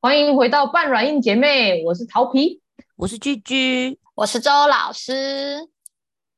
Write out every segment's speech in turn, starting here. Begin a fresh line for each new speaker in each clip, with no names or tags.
欢迎回到半软硬姐妹，我是桃 皮。
我是居居，
我是周老师。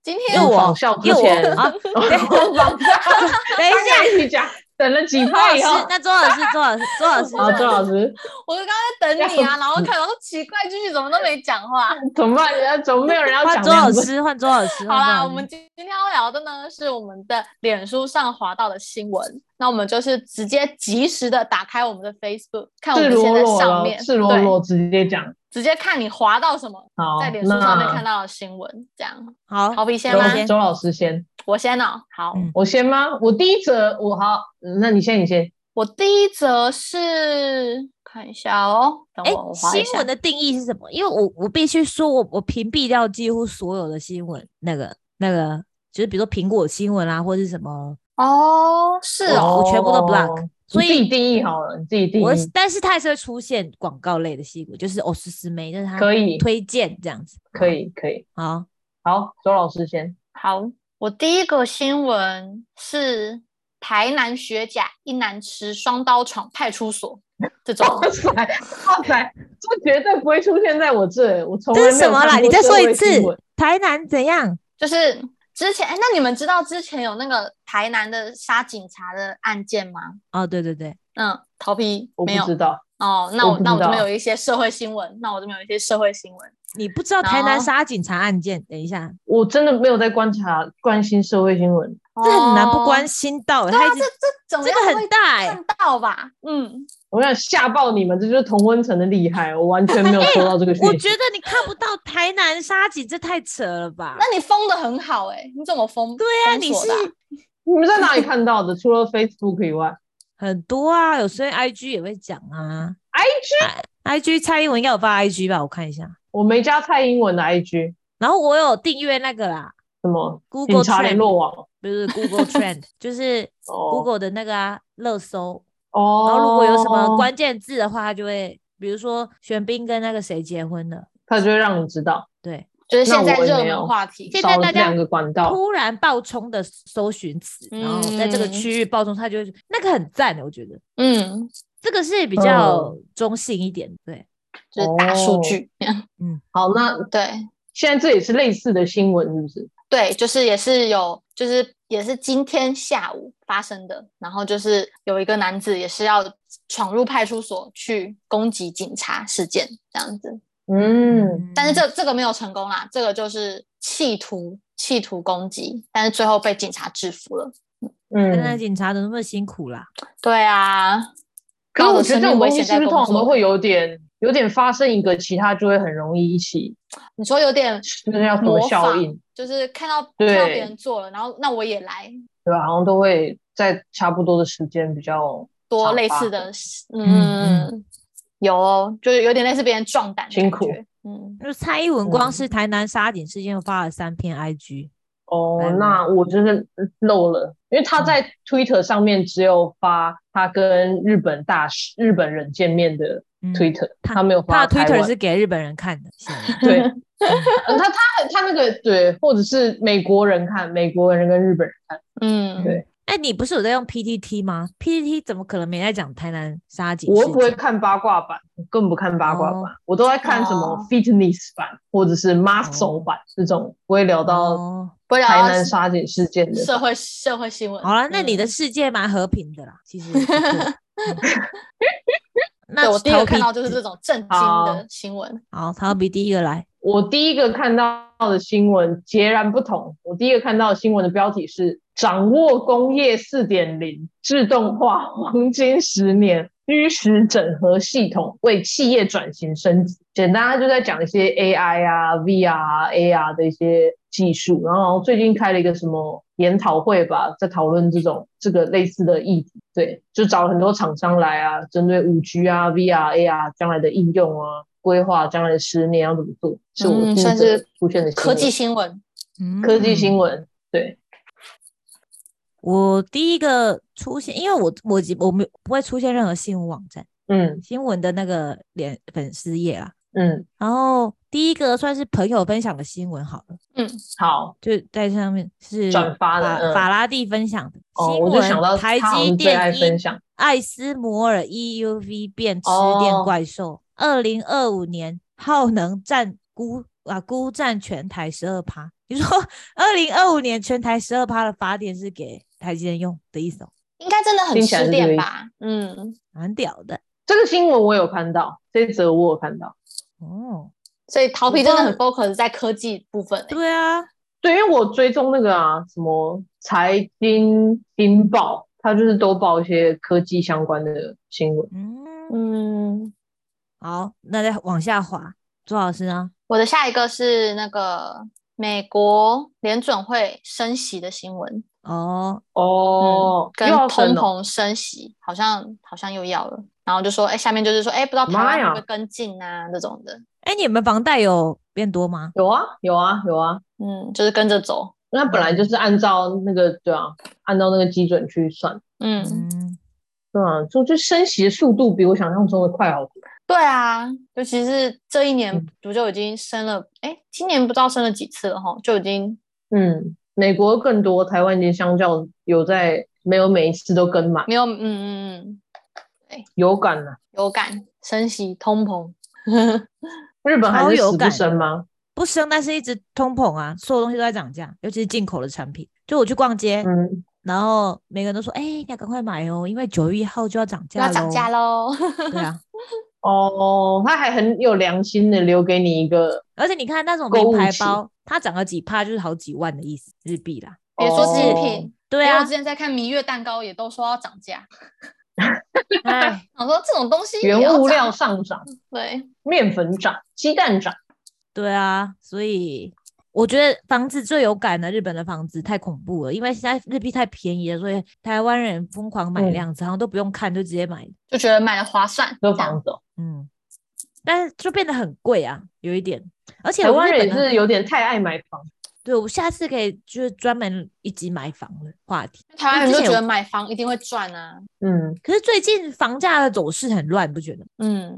今天
又
我
仿效之
又我
前，
啊，
我仿效，
等一
大
下，
家一起讲，等了几
周老
趴以后
师，，那周老师，周老师，周老师，
好，周老师
我刚刚在等你啊，然后看到奇怪，居居怎么都没讲话。
怎么办？呃怎么没有人要
换
讲
周老
两个？
师，换周 老师，
好
换周老
嗯
啦，
师
我们今天要聊的呢是我们的脸书上滑到的新闻，那我们就是直接及时的打开我们的 Facebook，看我
赤
们现
裸
在
裸
上
了，
面，
赤裸裸直接讲。
对，直接看你滑到什么，
好，
在脸书上面看
那
到的新闻，这样。
好
好比先
周
吗？
先
周老师先，
我先哦，好，
嗯
我先吗？我第一则，我好，那你先，你先。
我第一则是看一下哦，等
哎
我我，滑一
新
下。
闻的定义是什么？因为我我必须说我，我屏蔽掉几乎所有的新闻，那个那个，就是比如说苹果新闻啊，或是什么，
哦，是哦，
我全部都
哦
block，所以
你自己定义好了，你自己定
我
义
但是它还是会出现广告类的新闻，就是哦，思思妹，但是它
可以，
推荐这样子，
可以，可以。
好，
好，周老师 先。
好，我第一个新闻是台南学甲一男持双刀闯派出所，这种
哇塞，哇塞，这绝对不会出现在我这，我从来没有
这是什么啦？
看
你
过
再
社
说一
会
次
新闻，
台南怎样？
就是之前，哎，那你们知道之前有那个台南的杀警察的案件吗？
哦，对对对，
嗯，逃避
我
没
不
有
知道。
哦，那
我
我
不
那
知
我这边
道
有一些社会新闻，那我这边有一些社会新闻。
你不知道台南
哦
杀警察案件？等一下，
我真的没有在观察、关心社会新闻。
这很难不关
心，
心到、欸，
哦对啊，
他一
这
直
这怎么
这
样
个
会
很大哎、
看到吧？嗯，
我想吓爆你们，这就是同温层的厉害。我完全没有收 到这个讯
哎我
息
觉。得你看不到台南杀警，这太扯了吧
那？你封的很好哎、你怎么封？对
对啊，你是
你们在哪里看到的？除了 Facebook 以外
很多啊，有时候 IG 也会讲啊
，IG
，IG 蔡英文应该有发 IG 吧？我看一下，
我没加蔡英文的 IG，
然后我有订阅那个啦
什么警
，Google
察联
Trend，
络网。
不 是 Google Trend，就是
哦
Google 的那个啊，热搜。
哦，
然后如果有什么，关键字的话，它就会，比如说玄彬跟那个谁结婚了，
他就会让你知道。
对，
就是
那
现在
我也
热
没有
门话题，
现在
少了
大家
两个管道，
突然爆冲的搜寻词，然后在这个
嗯
区域爆冲，它就会那个很赞的，欸我觉得。
嗯，
这个是比较
嗯
中性一点，对，
就是大数
哦
据。
好，那
对
现在这也是类似的新闻，是不是？
对，就是也是有，就是也是今天下午发生的。然后就是有一个男子也是要闯入派出所去攻击警察事件这样子，
嗯，
但是这这个没有成功啦，这个就是企图企图攻击，但是最后被警察制服了。
现在
嗯，
警察怎么那么辛苦啦？
对啊，
可是
冒
我
着
觉得
生
这种东
命危
西
险
是
在
不是
工
通常都
作。
会有点有点发生一个，其他就会很容易一起，
你说有点
就是叫什么
模
效
仿
应，
就是看到看到
对
别人做了，然后那我也来
对吧？好像都会在差不多的时间比较
多
常
类
发
似
生
的事，
嗯
嗯，有哦，就是有点类似别人壮胆的
辛
感
苦
觉，嗯，
就蔡英文光
嗯
是台南杀警事件发了三篇 IG，
哦
来，
那我真的漏了，因为他
嗯
在 Twitter 上面只有发他跟日本大使、日本人见面的
嗯
Twitter，
他
他没有发
他的
台
Twitter
湾。
是给日本人看的，显然
对，嗯他他他那个对，或者是美国人看美国人跟日本人看，
嗯，
对
哎，你不是有在用 PTT 吗？PTT 怎么可能没在讲台南杀警事
我
件？
又不会看八卦版，我更不看八卦版，
哦
我都在看什么
哦
fitness 版或者是 muscle 版、这种，不会聊到
哦，
不聊
台南杀警事件的。
社会社会新闻。
好了，那 你的
嗯
世界蛮和平的啦，其 实也不错。嗯那
对我第一个
陶
看
比
到就是这种震惊
好
的新闻，
好，陶比第一个来，
我第一个看到的新闻截然不同。我第一个看到的新闻的标题是“掌握工业四点零自动化黄金十年虚实整合系统为企业转型升级”。简单，它就在讲一些 AI 啊、VR 啊、AR 的一些技术。然后好像最近开了一个什么研讨会吧，在讨论这种这个类似的议题。对，就找了很多厂商来啊，针对五 G 啊、VR、AR 将来的应用啊，规划将来的十年要怎么做，是我
嗯
第一
算
个
是
出现的新闻
科技新闻，
嗯
科技新闻。对，
我第一个出现，因为我我我没不会出现任何新闻网站、
嗯
新闻的那个脸粉丝页啦。
嗯，
然后第一个算是朋友分享的新闻好了，
嗯，
好，
就在上面是
转发的
法
嗯
法拉第分享的
哦，
新
我
闻，
就想到
台
他好
积
像最爱
电
分
因
享，哦
艾斯摩尔 EUV 变吃电怪兽，二零二五年耗能占估啊估占全台十二趴。你说二零二五年全台十二趴的发电是给台积电用的意思哦，
应该真的很
听起来
吃
是这个
电
意思
吧？嗯，
蛮屌的
这个新闻我有看到，这则我有看到。
哦。
所以桃皮
我
真
不
的
知
很 focus 在科技部 分、欸。
对啊，
对，因为我追踪那个啊，什么财经金报，它就是都报一些科技相关的新闻。
嗯，
嗯，
好，那再往下滑，朱老师呢？
我的下一个是那个美国联准会升息的新闻，
哦，
哦，
嗯跟
又要
通
升哦
膨升息，好像好像又要了。然后就说，哎、下面就是说，哎、不知道台
妈
湾会
呀
不会跟进啊，这种的，
哎、你们房贷有变多吗？
有啊，有啊，有啊。
嗯，就是跟着走，
那本来就是按照那个对啊，按照那个基准去算，
嗯，
嗯，
对啊，就就升息的速度比我想象中的快好多。
对啊，尤其是这一年
嗯
不就已经升了，哎、今年不知道升了几次了哈，就已经
嗯，美国更多，台湾已经相较有在没有每一次都跟满，
没有，嗯嗯嗯，
有感啊。
有感升息通膨，
日本还
超
是
有
死不
感
升吗？
不升，但是一直通膨啊，所有东西都在涨价，尤其是进口的产品。就我去逛街，
嗯，
然后每个人都说：“哎、你要赶快买哦，因为九月一号就要涨价
要涨价
了。
喽，”
对啊，
哦，他还很有良心的留给你一个，
而且你看那种
购
名
物
牌
期
包，它涨了几帕就是好几万的意思，日币啦。
别说
哦
是品，
对
连我
啊
之，前在看蜜月蛋糕也都说要涨价，
哎，
我说这种东西也
原
要
物
涨
料，上涨，
嗯
对，
面粉涨，鸡蛋涨，
对啊，所以我觉得房子最有感的日本的房子太恐怖了，因为现在日币太便宜了，所以台湾人疯狂买
嗯
量子，好像都不用看就直接买，
就觉得买了划算，
这
这样
房子哦、
嗯，但是就变得很贵啊，有一点。而且
台
我
湾
日
人
本
也
的
是有点太爱买房，
对我下次可以就是专门一集买房的话题。
台湾
因为
人
之
就
前
觉得
有
买房一定会赚啊，
嗯，
可是最近房价的走势很乱，你不觉得吗？
嗯，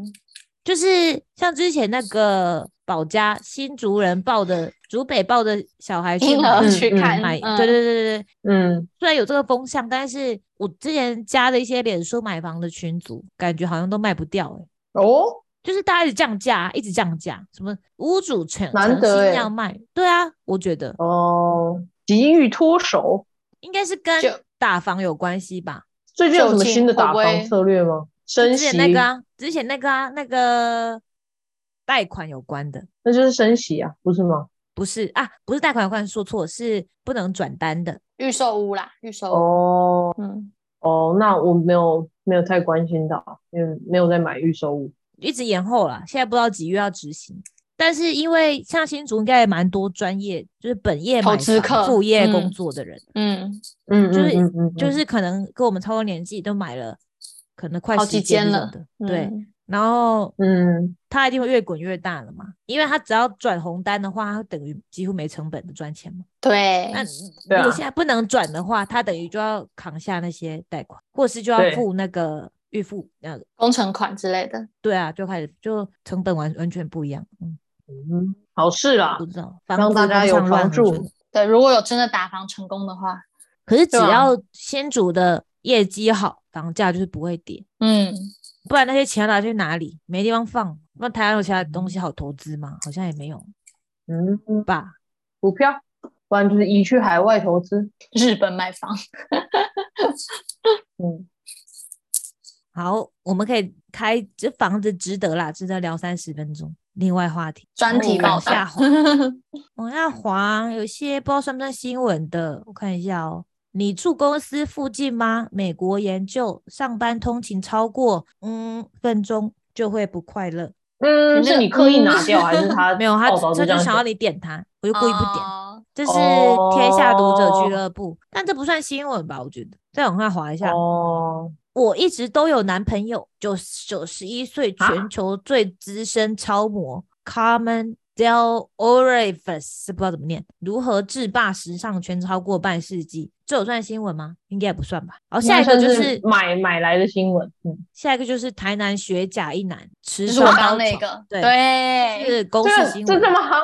就是像之前那个保家新族人抱的竹北抱的小孩去
婴
买
儿
嗯
去
嗯
看，
买，
嗯
对对对对对，
嗯，
虽然有这个风向，但是我之前加的一些脸书买房的群组，感觉好像都卖不掉、欸，
哦，
就是大家一直降价，一直降价，什么屋主诚
难
诚
得
心
欸
要卖，对啊，我觉得
哦，急于脱手。
应该是跟
就
打房有关系吧。
最近有什么
究竟
新的打
会不会
房策略吗？升
之
息，
前那个啊，之前那个啊，那个贷款有关的，
那就是升息啊，不是吗？
不是啊，不是贷款有关，说错，是不能转单的。
预售屋啦，预售屋，
哦
嗯，
哦，那我没有没有太关心到，啊因为没有在买预售物。
一直延后了，现在不知道几月要执行。但是因为像新竹应该也蛮多专业，就是本业
投
买
资
房
客
副业工
嗯
作的人，
嗯，
嗯，
就是
嗯嗯嗯嗯
就是可能跟我们超过年纪都买了，可能快
好
十
几
间
间
这
了
种的，对。
嗯
然后
嗯，
他一定会越滚越大了嘛，因为他只要转红单的话，他等于几乎没成本的赚钱嘛。
哎对，
那
对
如果
啊
现在不能转的话，他等于就要扛下那些贷款，或是就要
对
付那个预付，呃，
工程款之类的，
对啊，就开始就成本完完全不一样，嗯。
嗯好事啦
不，知道，
让大家有
帮
房住
对，如果有真的打房成功的话，
可是只
对啊
要先主的业绩好，房价就是不会跌，
嗯，
不然那些钱拿去哪里？没地方放。那台湾有其他东西好投资吗？好像也没有
嗯，
吧。
股票，不然就是移去海外投资。
日本买房，
嗯，
好，我们可以开这房子值得啦，值得聊三十分钟。另外话题，
专题
往
报
下
道，
滑，往下滑，有些不知道算不算新闻的，我看一下哦。你住公司附近吗？美国研究，上班通勤超过嗯分钟就会不快乐。
嗯，
那个
是你刻意拿掉还是他
没有，他
报道
他
这
就
样
想要
写？
你点他，我就故意不点。
哦
这是天下读者
哦
俱乐部，但这不算新闻吧？我觉得。再往下滑一下，
哦，
我一直都有男朋友，九九十一岁，
啊
全球最资深超模、Carmen Del Orifas，不知道怎么念，如何制霸时尚圈超过半世纪？这有算新闻吗？应该也不算吧。好，下一个
应该
就
算嗯
是
是买买来的新闻。嗯，
下一个就是台南学甲一男持
就是
双
我
刀
刚刚那
闯
个，
对，
对，
是公
这
视
个
新闻。
这这么夯？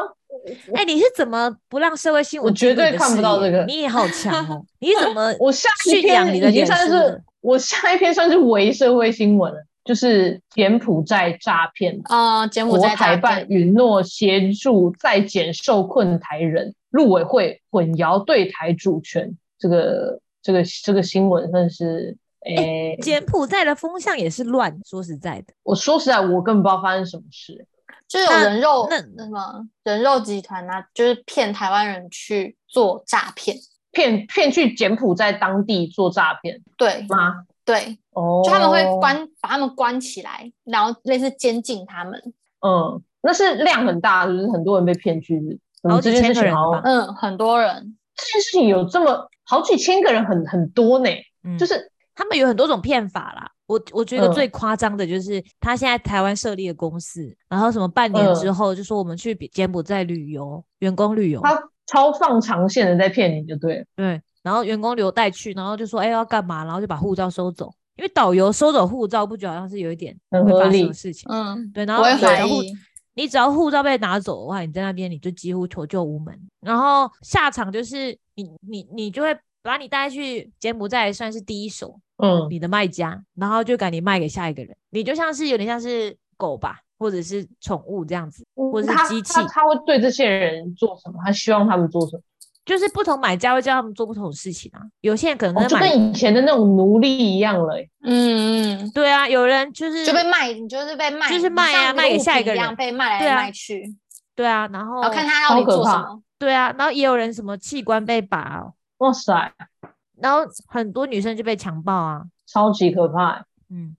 哎、你是怎么不让社会新
我
闻进
绝
入你
对
的
看不
视
到
野
这个
你也好强哦！你是怎么
我下一
驯养你
篇
的
已经
脸
算
书
是
的？
我下一篇算是伪社会新闻了，就是柬埔寨诈骗。
哦
啊，柬埔
国
寨
台
诈
办
骗，
允诺协助在柬受困台人，陆委会混淆对台主权。这个这个这个新闻真的是，
哎
诶、
柬埔寨的风向也是乱，说实在的，
我说实在，我根本不知道发生什么事。
就是有
那
人肉
那
那么人肉集团啊，就是骗台湾人去做诈骗。
骗骗去柬埔寨当地做诈骗
对
吗？
对，
哦，
就他们会，关，把他们关起来，然后类似监禁他们。
嗯，那是量很大，就是很多人被骗去。怎么
好几
这件事
千个
情
人
好
吧
像
嗯，很多人
这件事情有这么好几千个人很很多呢，
嗯，
就是
他们有很多种骗法啦。我我觉得
嗯
最夸张的就是他现在台湾设立了公司，然后什么半年
嗯
之后就说我们去比柬埔寨旅游，员工旅游，
他超放长线的在骗你就对了。
对，然后员工留带去，然后就说哎、要干嘛，然后就把护照收走，因为导游收走护照不觉得好像是有一点
很
会
合
发生
理
的事情，
嗯，
对，然
我
后
会
你只
怀
要护
疑。
哦
你只要护照被拿走的话，你在那边你就几乎求救无门，然后下场就是你你你就会把你带去柬埔寨，算是第一手，
嗯，
你的卖家，然后就赶紧卖给下一个人。你就像是有点像是狗吧，或者是宠物这样子，或
嗯
者
他
是机器
他，他会对这些人做什么？他希望他们做什么？
就是不同买家会叫他们做不同的事情啊。有些人可能
哦，
在
就
买，
跟以前的那种奴隶一样了欸、
嗯嗯，
对啊，有人就是
就被卖，你就是被卖，
就是
你
卖啊
像那
卖给
物
下一
品
个
一样
人
被卖
对
来
啊
卖去，
对啊，然后
然后看他到
超
底
可
做
怕
什么。
对啊，然后也有人什么器官被拔哦、
哇塞，
然后很多女生就被强暴啊，
超级可怕、欸！
嗯，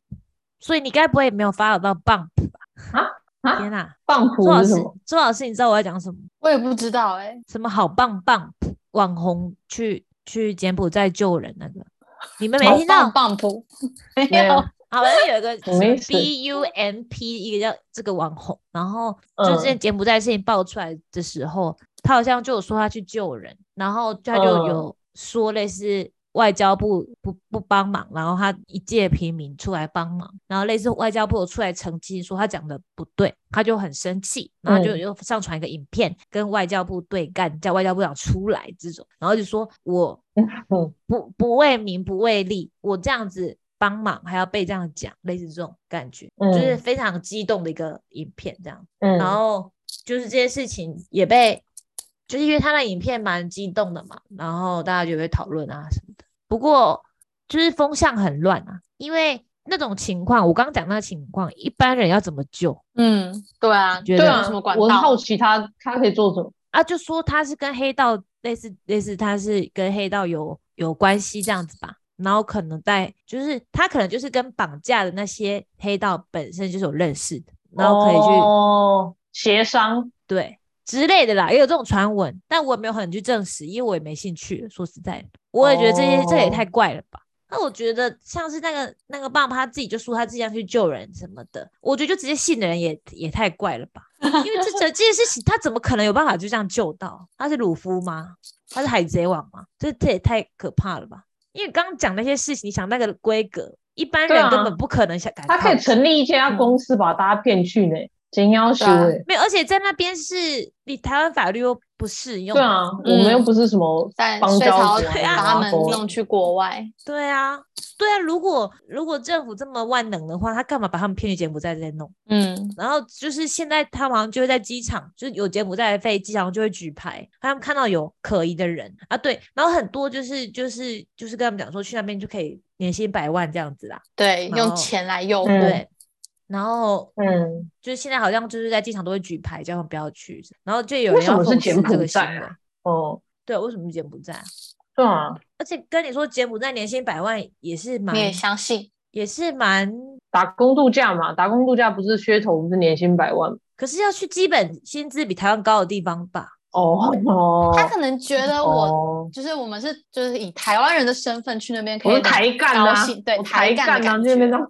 所以你该不会没有发到 bump 吧？
啊啊
天哪、
棒
周
谱
老
是
师
什么？，
周老师，你知道我在讲什么？
我也不知道哎、
什么好棒棒网红去去柬埔寨救人那个，你们没
好
听到？
棒 棒扑，没
没有
有，
好像有一个
什么意思
B U N P 一个叫这个网红，然后就之前
嗯
柬埔寨事情爆出来的时候，他好像就有说他去救人，然后他就
嗯
有说类似。外交部不不帮忙，然后他一介平民出来帮忙，然后类似外交部有出来澄清说他讲的不对，他就很生气，然后就
嗯
又上传一个影片跟外交部对干，叫外交部长出来这种，然后就说我
嗯，
不不为民不为利，我这样子帮忙还要被这样讲，类似这种感觉，就是
嗯
非常激动的一个影片这样。
嗯
然后就是这些事情也被，就是因为他的影片蛮激动的嘛，然后大家就会讨论啊什么的。不过就是风向很乱啊，因为那种情况，我刚讲那个情况，一般人要怎么救？
嗯，对啊，
觉
对
得
有
啊
什么，管
我很
道
好奇他他可以做什么？
啊，就说他是跟黑道类似，类似他是跟黑道有有关系这样子吧。然后可能在就是他可能就是跟绑架的那些黑道本身就是有认识的，然后可以去、
哦协商。
对之类的啦，也有这种传闻，但我也没有很去证实，因为我也没兴趣。说实在的，我也觉得这些、这也
哦
太怪了吧。那我觉得像是那个那个爸爸他自己就说他自己要去救人什么的，我觉得就直接信的人也也太怪 了吧。因为这这这件事情，他怎么可能有办法就这样救到？他是鲁夫吗？他是海贼王吗？这这也太可怕了吧！因为刚刚讲那些事情，你想那个规格，一般
对
人
啊
根本不可能想敢
他可以
靠近
成立一
嗯
家公司把大家骗去呢，真要修哎。
没有，而且在那边是你台湾法律又不适用，
对啊，我
嗯
们又不是什么
但
邦
所以才
交
要
国
对
啊
啊
把他们
拉勾
弄去国外。
对啊，对啊。如果如果政府这么万能的话，他干嘛把他们骗去柬埔寨再弄？
嗯，
然后就是现在他们好像就会在机场，就是有柬埔寨的飞机，好像就会举牌，他们看到有可疑的人啊，对，然后很多就是就是就是跟他们讲说去那边就可以年薪百万这样子啦，
对，
然后
用钱来诱
嗯
惑。
对，然后
嗯，
就是现在好像就是在机场都会举牌叫他们不要去，然后就有
为
人
什
要
么是
讽
柬
刺这
埔
个行
寨
为，
啊哦，
对，为什么是柬埔寨啊？
对啊，
而且跟你说柬埔寨年薪百万也是蛮
你也相信？
也是蛮，
打工度假嘛，打工度假不是噱头，不是年薪百万吗
可是要去基本薪资比台湾高的地方吧。
哦哦，
他可能觉得我
哦
就是我们是就是以台湾人的身份去那边，可
我
以
是台干
高
啊
兴，对
我台
台干的
啊，
感
那边
觉。
当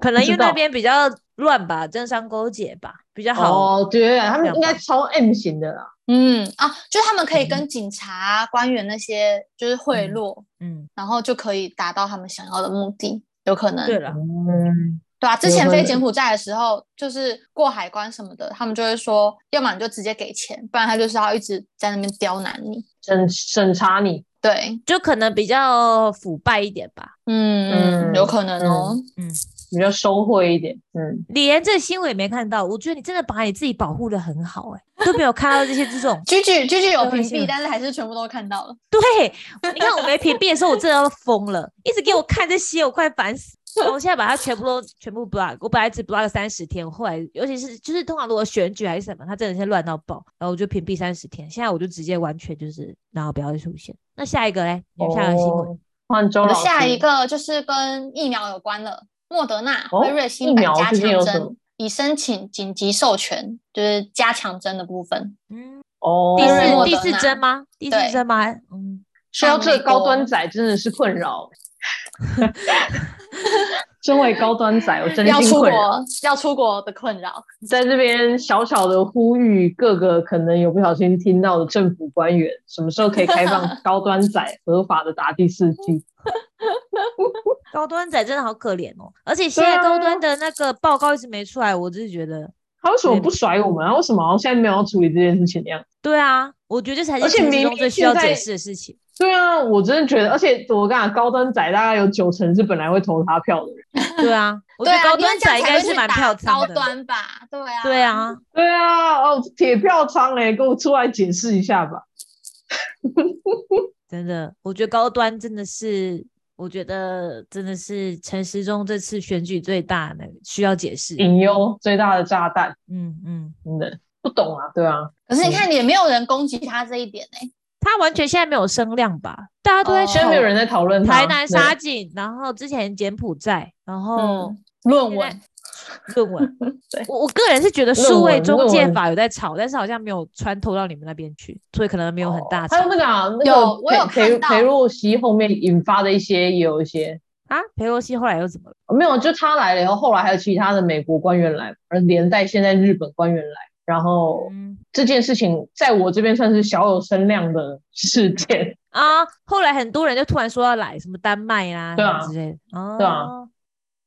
可能因
知
为
道
那边比较乱吧，政商勾结吧，比较好。
哦，对，他们应该超 M 型的啦，
嗯啊，就是他们可以跟警察、官员那些就是贿
嗯
赂，
嗯，
然后就可以达到他们想要的目的，有可能。
对了，
嗯，
对啊，之
有
前
可
飞
能
柬埔寨的时候，就是过海关什么的，他们就会说，要么你就直接给钱，不然他就是要一直在那边刁难你。
审审查你，
对，
就可能比较腐败一点吧。
嗯，
嗯
有可能哦。。
嗯，
比较收获一点，嗯，
李岩这个新闻也没看到，我觉得你真的把你自己保护的很好、欸，哎，都没有看到这些这种
居居居居有屏
对是
蔽，但是还是全部都看到了。
对，你看我没屏蔽的时候，我真的要疯了，一直给我看这些，我快烦死。我现在把它全部都全部 block，我本来只 block 三十天，我后来尤其是就是通常如果选举还是什么，它真的是乱到爆，然后我就屏蔽三十天。现在我就直接完全就是，然后不要再出现。那下一个嘞，你们下一个新闻、
哦换周
我
老
们
师，
下一个就是跟疫苗有关了，莫德纳、
哦
辉瑞
疫
新版
苗
加
最近有
强
什么
针已申请紧急授权，就是加强针的部分。
嗯，
哦，
第
是
四
莫
第
德
四
纳
针吗？第四
对
针吗？嗯，
说到这个高端仔真的是困扰， 身为高端仔，我真
要
心
出
困扰。
国，要出国的困扰。
在这边小小的呼吁各个可能有不小心听到的政府官员，什么时候可以开放高端仔合法的打第 四剂？
高端仔真的好可怜哦，而且现在
对啊
高端的那个报告一直没出来，我就是觉得，
他为什么不甩我们啊？为什么好像现在没有要处理这件事情一样？
对啊，我觉得这才
而且
是现实
明
中
明
最需
现
要解
在
释的事情。
对啊，我真的觉得，而且我跟你讲，高端仔大概有九成是本来会投他票的人。
对啊，我觉
对
得
啊，
高
你们
端
这样
仔应
才
该
会
是
去
蛮
打
票仓
高
的。
端吧？对啊，
对，啊，
对啊，哦，铁票仓嘞，给我出来解释一下吧。
真的，我觉得高端真的是，我觉得真的是陈时中这次选举最大的需要解释。
隐忧最大的炸弹，
嗯嗯，
真的不懂啊，对啊。
可是你看，也没有人攻击他这一点哎、
他完全现在没有声量吧？大家都在
哦
现在
讨
没有人在讨论他
台南
对
杀警，然后之前柬埔寨，然后
嗯，论
现
文
在论文
对。
我我个人是觉得
论
数位
文
中
论
介
文
法有在吵，但是好像没有穿透到你们那边去，所以可能没有很大
还
哦
吵、
有那个、啊、那
有
个
我有
裴裴
看到
裴洛西后面引发的一些也有一些、
啊。裴洛西后来又怎么了？
哦没有，就他来了以后，后来还有其他的美国官员来，而连带现在日本官员来，然后
嗯
这件事情在我这边算是小有声量的事件，
啊，后来很多人就突然说要来什么丹麦啦、
对
什
啊
么之类的。哦、
对啊。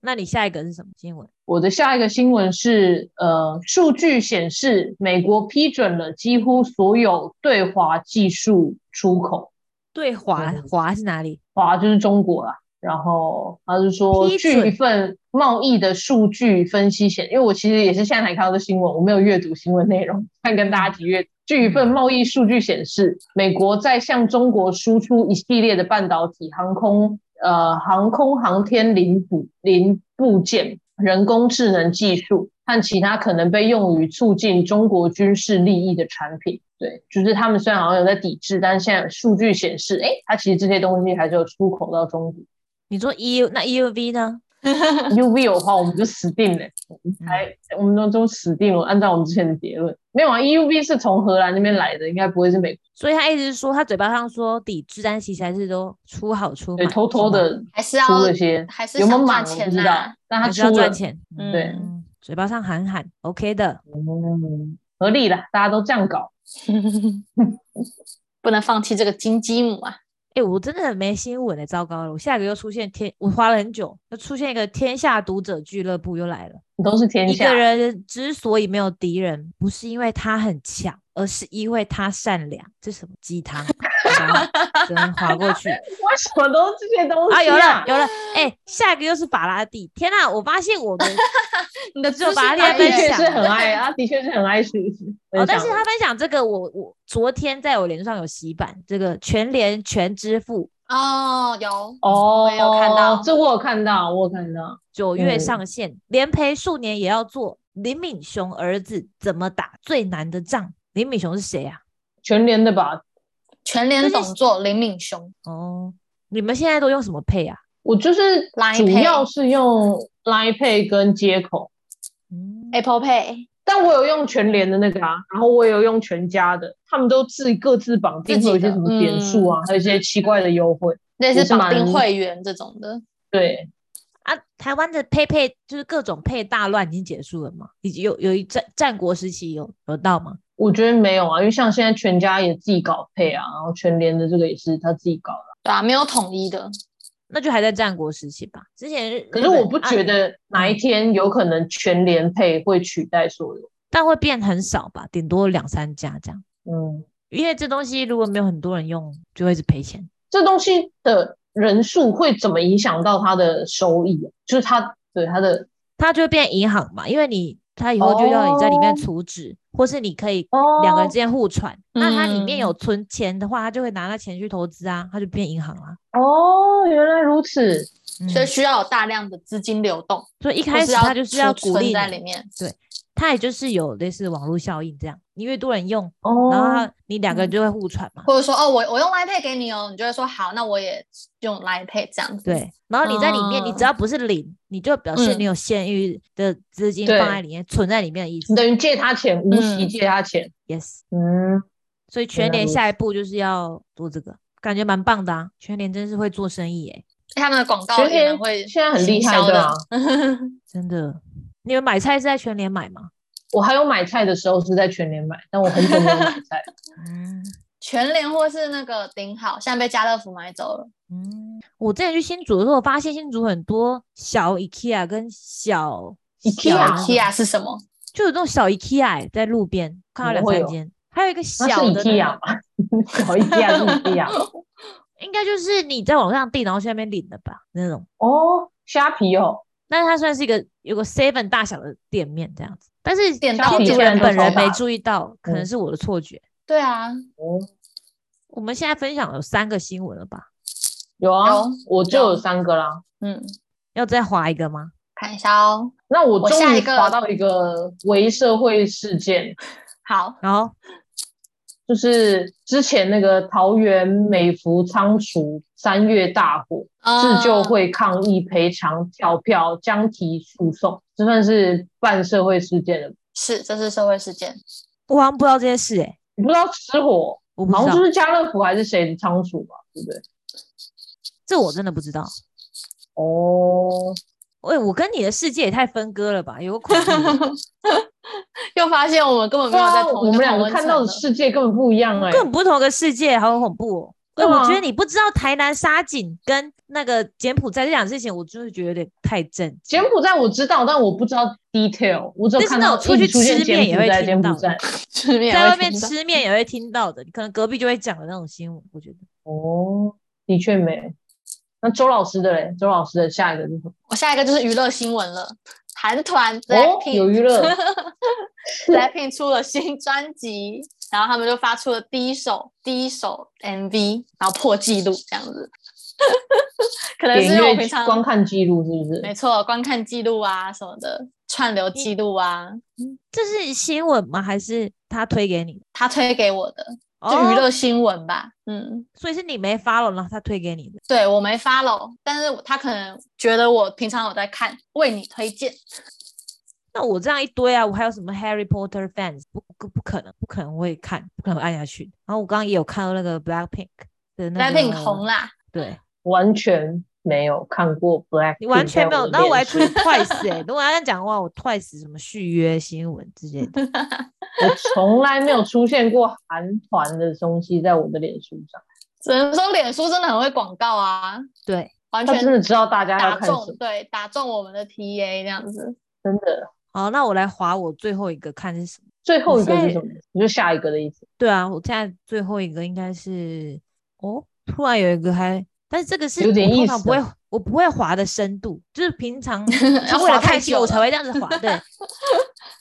那你下一个是什么新闻？
我的下一个新闻是，呃，数据显示，美国批准了几乎所有对华技术出口，
对华
嗯
华是哪里？
华就是中国啦。然后他是说，
批准
据一份贸易的数据分析显，因为我其实也是现在才看到这新闻，我没有阅读新闻内容，但跟大家提阅。据一份贸易数据显示，美国在向中国输出一系列的半导体、航空、呃航空航天零部零部件、人工智能技术和其他可能被用于促进中国军事利益的产品。对，就是他们虽然好像有在抵制，但是现在数据显示，哎，它其实这些东西还是有出口到中国。
你说 E U 那 E U V 呢？
UV 的话，我们就死定了，
嗯
还我们都都死定了。按照我们之前的结论，没有啊，EUV 是从荷兰那边来的，应该不会是美
所以他一直说他嘴巴上说抵制，但其实还是都出好出
国，
满
对，偷偷
是吗
的
还是要
出了些，
还是
有没有
想
满
赚
我不
钱
知
呐、
道，但他
啊还
出
是要
了
赚，钱。嗯，
对
嗯嘴巴上喊喊，OK 的。
嗯，合理啦，大家都这样搞，
不能放弃这个金鸡母啊！
哎、我真的很没新闻了，欸糟糕了！我下一个又出现天，我花了很久，又出现一个天下读者俱乐部又来了。
你都是天
一个
下。
人之所以没有敌人，不是因为他很强，而是因为他善良。这什么鸡汤？好吧只能划 过去
为什么都是这些东西
啊！有了，有了！哎、下一个又是法拉第。天哪、我发现我们
你的
只有把它
他
列
的
分
确
享
是很
了。
爱，他的确是很爱学习。
哦，但
分
是
享
他分享这个，我我昨天在我脸书上有洗版，这个全联全支付
哦，有
哦，
我有看到
这我有看到，我有看到。
九月
嗯
上线，连赔数年也要做。林敏雄儿子怎么打最难的仗？林敏雄是谁啊？
全联的吧，
全联董座林敏雄，
哦，你们现在都用什么配啊？
我就是
Line
主
Pay
要是用 Line Pay 跟接口，
嗯，
Apple Pay
但我有用全联的那个啊，然后我也有用全家的，他们都自己各自绑定，
自己
会
的
有一些什么点数
嗯
啊，还有一些奇怪的优惠。
类
也
似
是
绑定
蛮
会员这种的，
对，
啊，台湾的配配就是各种配大乱已经结束了吗？已经有有一战战国时期有有到吗？
我觉得没有啊，因为像现在全家也自己搞配啊，然后全联的这个也是他自己搞的。
对啊，没有统一的，
那就还在战国时期吧。之前日
可
日
是我
本
不
啊
觉得哪一天有可能全联配会取代所有。
但会变很少吧，顶多两三家这样。
嗯，
因为这东西如果没有很多人用，就会一直赔钱。
这东西的人数会怎么影响到他的收益啊、就是他对他的
它就会变银行嘛，因为你它以后就要你在里面
哦
储值，或是你可以
哦
两个人之间互传。那它里面
嗯
有存钱的话，他就会拿那钱去投资啊，它就变银行啦、
哦，原来如此，
嗯
所以需要有大量的资金流动，
所以一
或
开始
是
它就是要
储
鼓
存
励
在
你
里，面。
它也就是有类似网络效应这样，你越多人用，
哦，
然后它你两个人就会互传嘛。
或者说哦，我我用 Line Pay 给你哦，你就会说好，那我也用 Line Pay 这样子。
对，然后你在里面，你只
哦
要不是零，你就表示
嗯
你有现余的资金
对
放在里面，存在里面的意思。
等于借他钱，无息
嗯
借他钱，
Yes，
嗯，
所以全
来
联
如
下一步就是要做这个，感觉蛮棒的啊！全联真是会做生意诶、
他们的广告
全
也
联
蛮会
现在很厉
行
害
销
的
的
啊。
真的。你们买菜是在全联买吗？
我还有买菜的时候是在全联买，但我很久没有买菜。
嗯
全联或是那个顶好，现在被家乐福买走了。
嗯，我之前去新竹的时候，我发现新竹很多小 IKEA 跟小
IKEA
小
IKEA 是什么？
就有那种小 IKEA 欸、在路边看
怎
到两
么会
三
有
间，还有一个小
那是
的、那
IKEA
个，
吗？ 搞 IKEA 是 IKEA
应该就是你在网上订，然后去那边领的吧那种。
哦，虾皮哦，
但是它算是一个有个 seven 大小的店面这样子，但是
店
新
到
主
店
人
都
本
超
人没
大
注意到，可能
嗯
是我的错觉。
对啊，
哦
我们现在分享有三个新闻了吧？
有啊，
有
我就
有
有三个啦。
嗯，
要再划一个吗？
看一下哦。
那我
我
终
下
于
一个
划到一个微社会事件，
好，
然后
就是之前那个桃园美孚仓储三月大火，
嗯
自救会抗议赔偿跳票，将提诉讼，这算是半社会事件了。
是这是社会事件。
我好像不知道这件事哎、
你不知道失火，
我不知
好
道
像，就是家乐福还是谁的仓储吧，对不对？
这我真的不知道。
哦，
喂，我跟你的世界也太分割了吧？有个恐怖
又发现我们根本没有在同
啊我
一
们
个
两
同
个
温
看到的
层了。
世界根本不一样哎、
根本不同个世界，好恐怖哦！
对
哎，我觉
啊
得你不知道台南沙井跟那个柬埔寨这两件事情，我就是觉得有点太震惊。
柬埔寨我知道，但我不知道 detail，我只有
但是
看
那
到
种出去
一出现
吃面也
柬埔
会
寨，
听
柬
到
埔
的
寨。
吃面
在
会
外面
听到
吃面也会听到的，你可能隔壁就会讲的那种新闻，我觉得。
哦，的确没。那周老师的嘞？周老师的下一个是什么？
我下一个就是娱乐新闻了，韩团
哦，
Blackpink
有娱 乐
Blackpink 出了新专辑，然后他们就发出了第一首第一首 MV，然后破纪录这样子。 可能是
点
因为我
阅
平常
观看记录是不
没
是？
错，观看记录啊什么的，串流记录啊，
这是新闻吗？还是他推给你的？
他推给我的，就
哦
娱乐新闻吧。嗯，
所以是你没 follow，然后他推给你的。
对我没 follow，但是他可能觉得我平常有在看，为你推荐。
那我这样一堆啊，我还有什么 Harry Potter fans？不不不可能，不可能会看，不可能按下去。然后我刚刚也有看到那个 Blackpink 的那个
Blackpink 红啦，
对
完全没有看过 Black，
你完全没有。然后我还出去
我
Twice 哎、如果要这样讲的话，我 Twice 什么续约新闻之类的，
从来没有出现过韩团的东西在我的脸书上。
只能说脸书真的很会广告啊，
对，
完
他
全
真的知道大家要
打
看什
中
么，
对打中我们的 TA 这样子。
真的。
好，那我来划我最后一个看是什么。
最后一个
我现
是
在
什么？你就下一个的意思。
对啊，我现在最后一个应该是哦，突然有一个还，但是这个是
有点
我通
意
常
思
不会
啊，
我不会滑的深度，就是 平常就
要
为了
滑太
看新闻我
久
才
了
会这样子滑。对，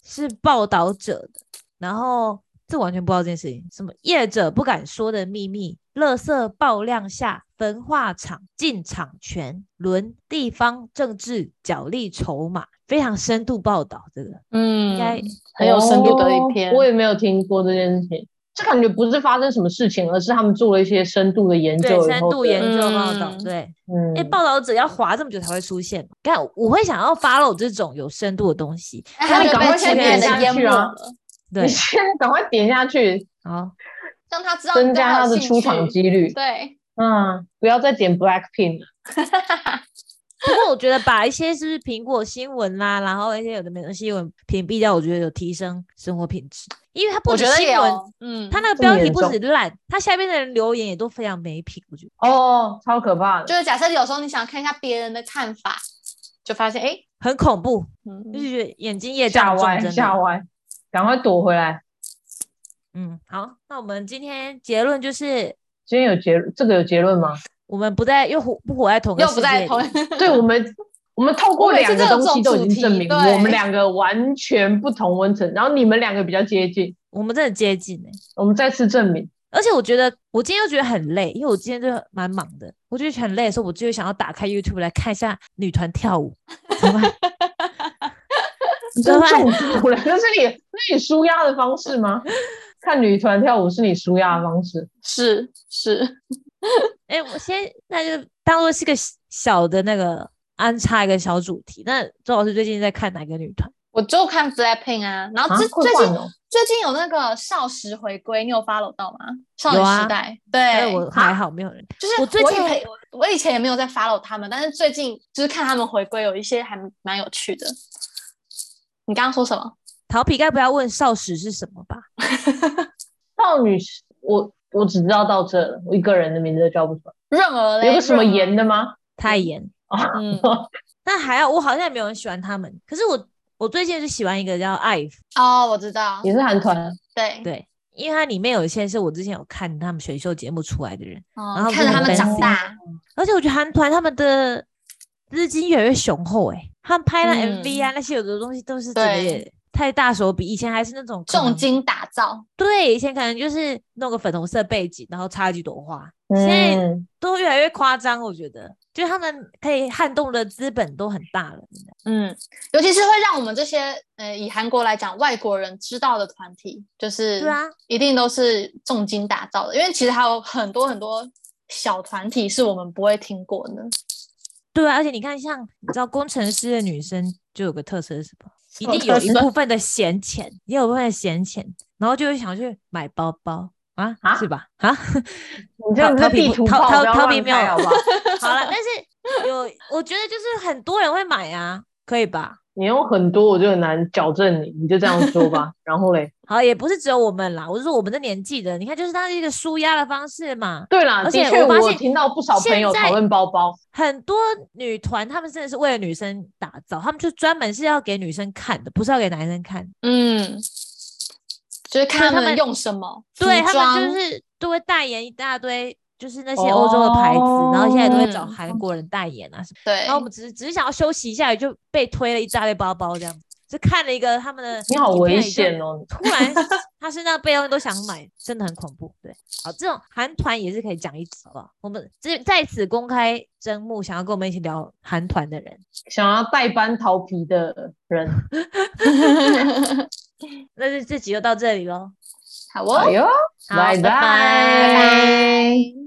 是报道者的，然后这完全不知道这件事情，什么业者不敢说的秘密，垃圾爆量下焚化厂进场权轮地方政治角力筹码，非常深度报道这个。
嗯，
该
很有深度的一篇。
哦我也没有听过这件事情。这感觉不是发生什么事情，而是他们做了一些深度的研究以
对
后的，
深度研究报道，
嗯
对，
嗯，
哎、报道者要划这么久才会出现嘛？看，我会想要 follow 这种有深度的东西。
哎他
那你
就
赶快
被前
先
面
点
的
下
淹
去
没
啊
了，
对
你， 现在赶快点下去，
好，
让他知道
增
你对
加
有
他的
兴
出场
趣。
几率。
对，
嗯，不要再点 Blackpink 了。
不过我觉得把一些是不是苹果新闻啦，然后一些有的没的新闻屏蔽掉，我觉得有提升生活品质，因为它不
我
止
觉得
新
也
闻，
有，嗯，
它那
这
个
么
标题
严
不
重
止烂，它下面的人留言也都非常没品，我觉得
哦，超可怕的。
就是假设有时候你想看一下别人的看法，就发现哎，诶
很恐怖，就
嗯，
是觉得眼睛也
吓
长重
歪，
真
吓
的。
歪，赶快躲回来。
嗯，好，那我们今天结论就是
今天有结这个有结论吗？
我们不在又活不活在同个
又
世
不
界
在
里，
同一，
对我们，我们透过
我每次
两个
都有
东西
这种
都已经
主
证
题
明
对
我们两个完全不同温层，然后你们两个比较接近，
我们真的接近哎、
我们再次证明。
而且我觉得我今天又觉得很累，因为我今天就蛮忙的，我就很累的时候，我就会想要打开 YouTube 来看一下女团跳舞，怎么办？ 怎
真
么办
中？毒了， 那是你那你舒压的方式吗？看女团跳舞是你舒压的方式，
是是，
哎、我先那就当做是个小小的那个安插一个小主题。那周老师最近在看哪个女团？
我就看 Blackpink 啊，然后
啊
最
会
最
换
近
哦
最近有那个少时回归，你有 follow 到吗？少
有
女
啊
时代，
哎，
对，
我还好没有人。
就是
我最近
以前我我以前也没有在 follow 他们，但是最近就是看他们回归，有一些还蛮有趣的。你刚刚说什么？
桃皮该不要问少时是什么吧？
少女，我我只知道到这了，我一个人的名字都叫不出
润儿
来。
嘞？
有个什么
润儿
盐？的吗？
太严。
嗯，
但还好，我好像也没有人喜欢他们。可是我我最近是喜欢一个叫 IVE，
哦，我知道，
也是韩团，
对，
对，哎因为它里面有一些是我之前有看他们选秀节目出来的人，然
哦，
后
看着他们
Blue
长
Fancy
大，
而且我觉得韩团他们的资金越来越雄厚哎、他们拍那
嗯
MV 啊、那些有的东西都是真的
对
也太大手笔，以前还是那种可能
重金打造，
对，以前可能就是弄个粉红色背景，然后插几朵花，现在
嗯，
都越来越夸张，我觉得。就是他们可以撼动的资本都很大了，真的
嗯，尤其是会让我们这些呃以韩国来讲外国人知道的团体，就是
对啊，
一定都是重金打造的，因为其实还有很多很多小团体是我们不会听过的。
对啊，而且你看，像你知道工程师的女生就有个特色是什么？一
么
定有
特
一
色
部分的闲钱，也有部分的闲钱，然后就会想去买包包啊，
啊
是吧？ 啊，
你这样子是
陶陶皮
地
不
图
陶
炮，
陶
不要
陶皮
乱
没有
开好不好？
好了，但是有，我觉得就是很多人会买啊，可以吧？
你用很多我就很难矫正你，你就这样说吧。然后嘞，
好，也不是只有我们啦，我是说我们这年纪的，你看，就是它是一个舒压的方式嘛。
对啦，
而
的
且
确
我发
我
现
听到不少朋友
现在
讨论包包，
很多女团她们真的是为了女生打造，她们就专门是要给女生看的，不是要给男生看。
嗯，就是
所以
看
他
他
们
们用什么服
对他
装，
们就是都会代言一大堆，就是那些欧洲的牌子，然后现在都
哦
会找
嗯
韩国人代言啊什么。
对
然后我 们只是只是想要休息一下，就被推了一大堆包包这样子。就看了一个他们的，
你好危险！哦。
突然他身上的备用都想买，真的很恐怖。对，好，这种韩团也是可以讲一集，好不好？我们这在此公开征募，想要跟我们一起聊韩团的人，
想要代班逃皮的人，
那就这集就到这里喽。
好
哎
哦，
呦，
好，
拜
拜
拜拜。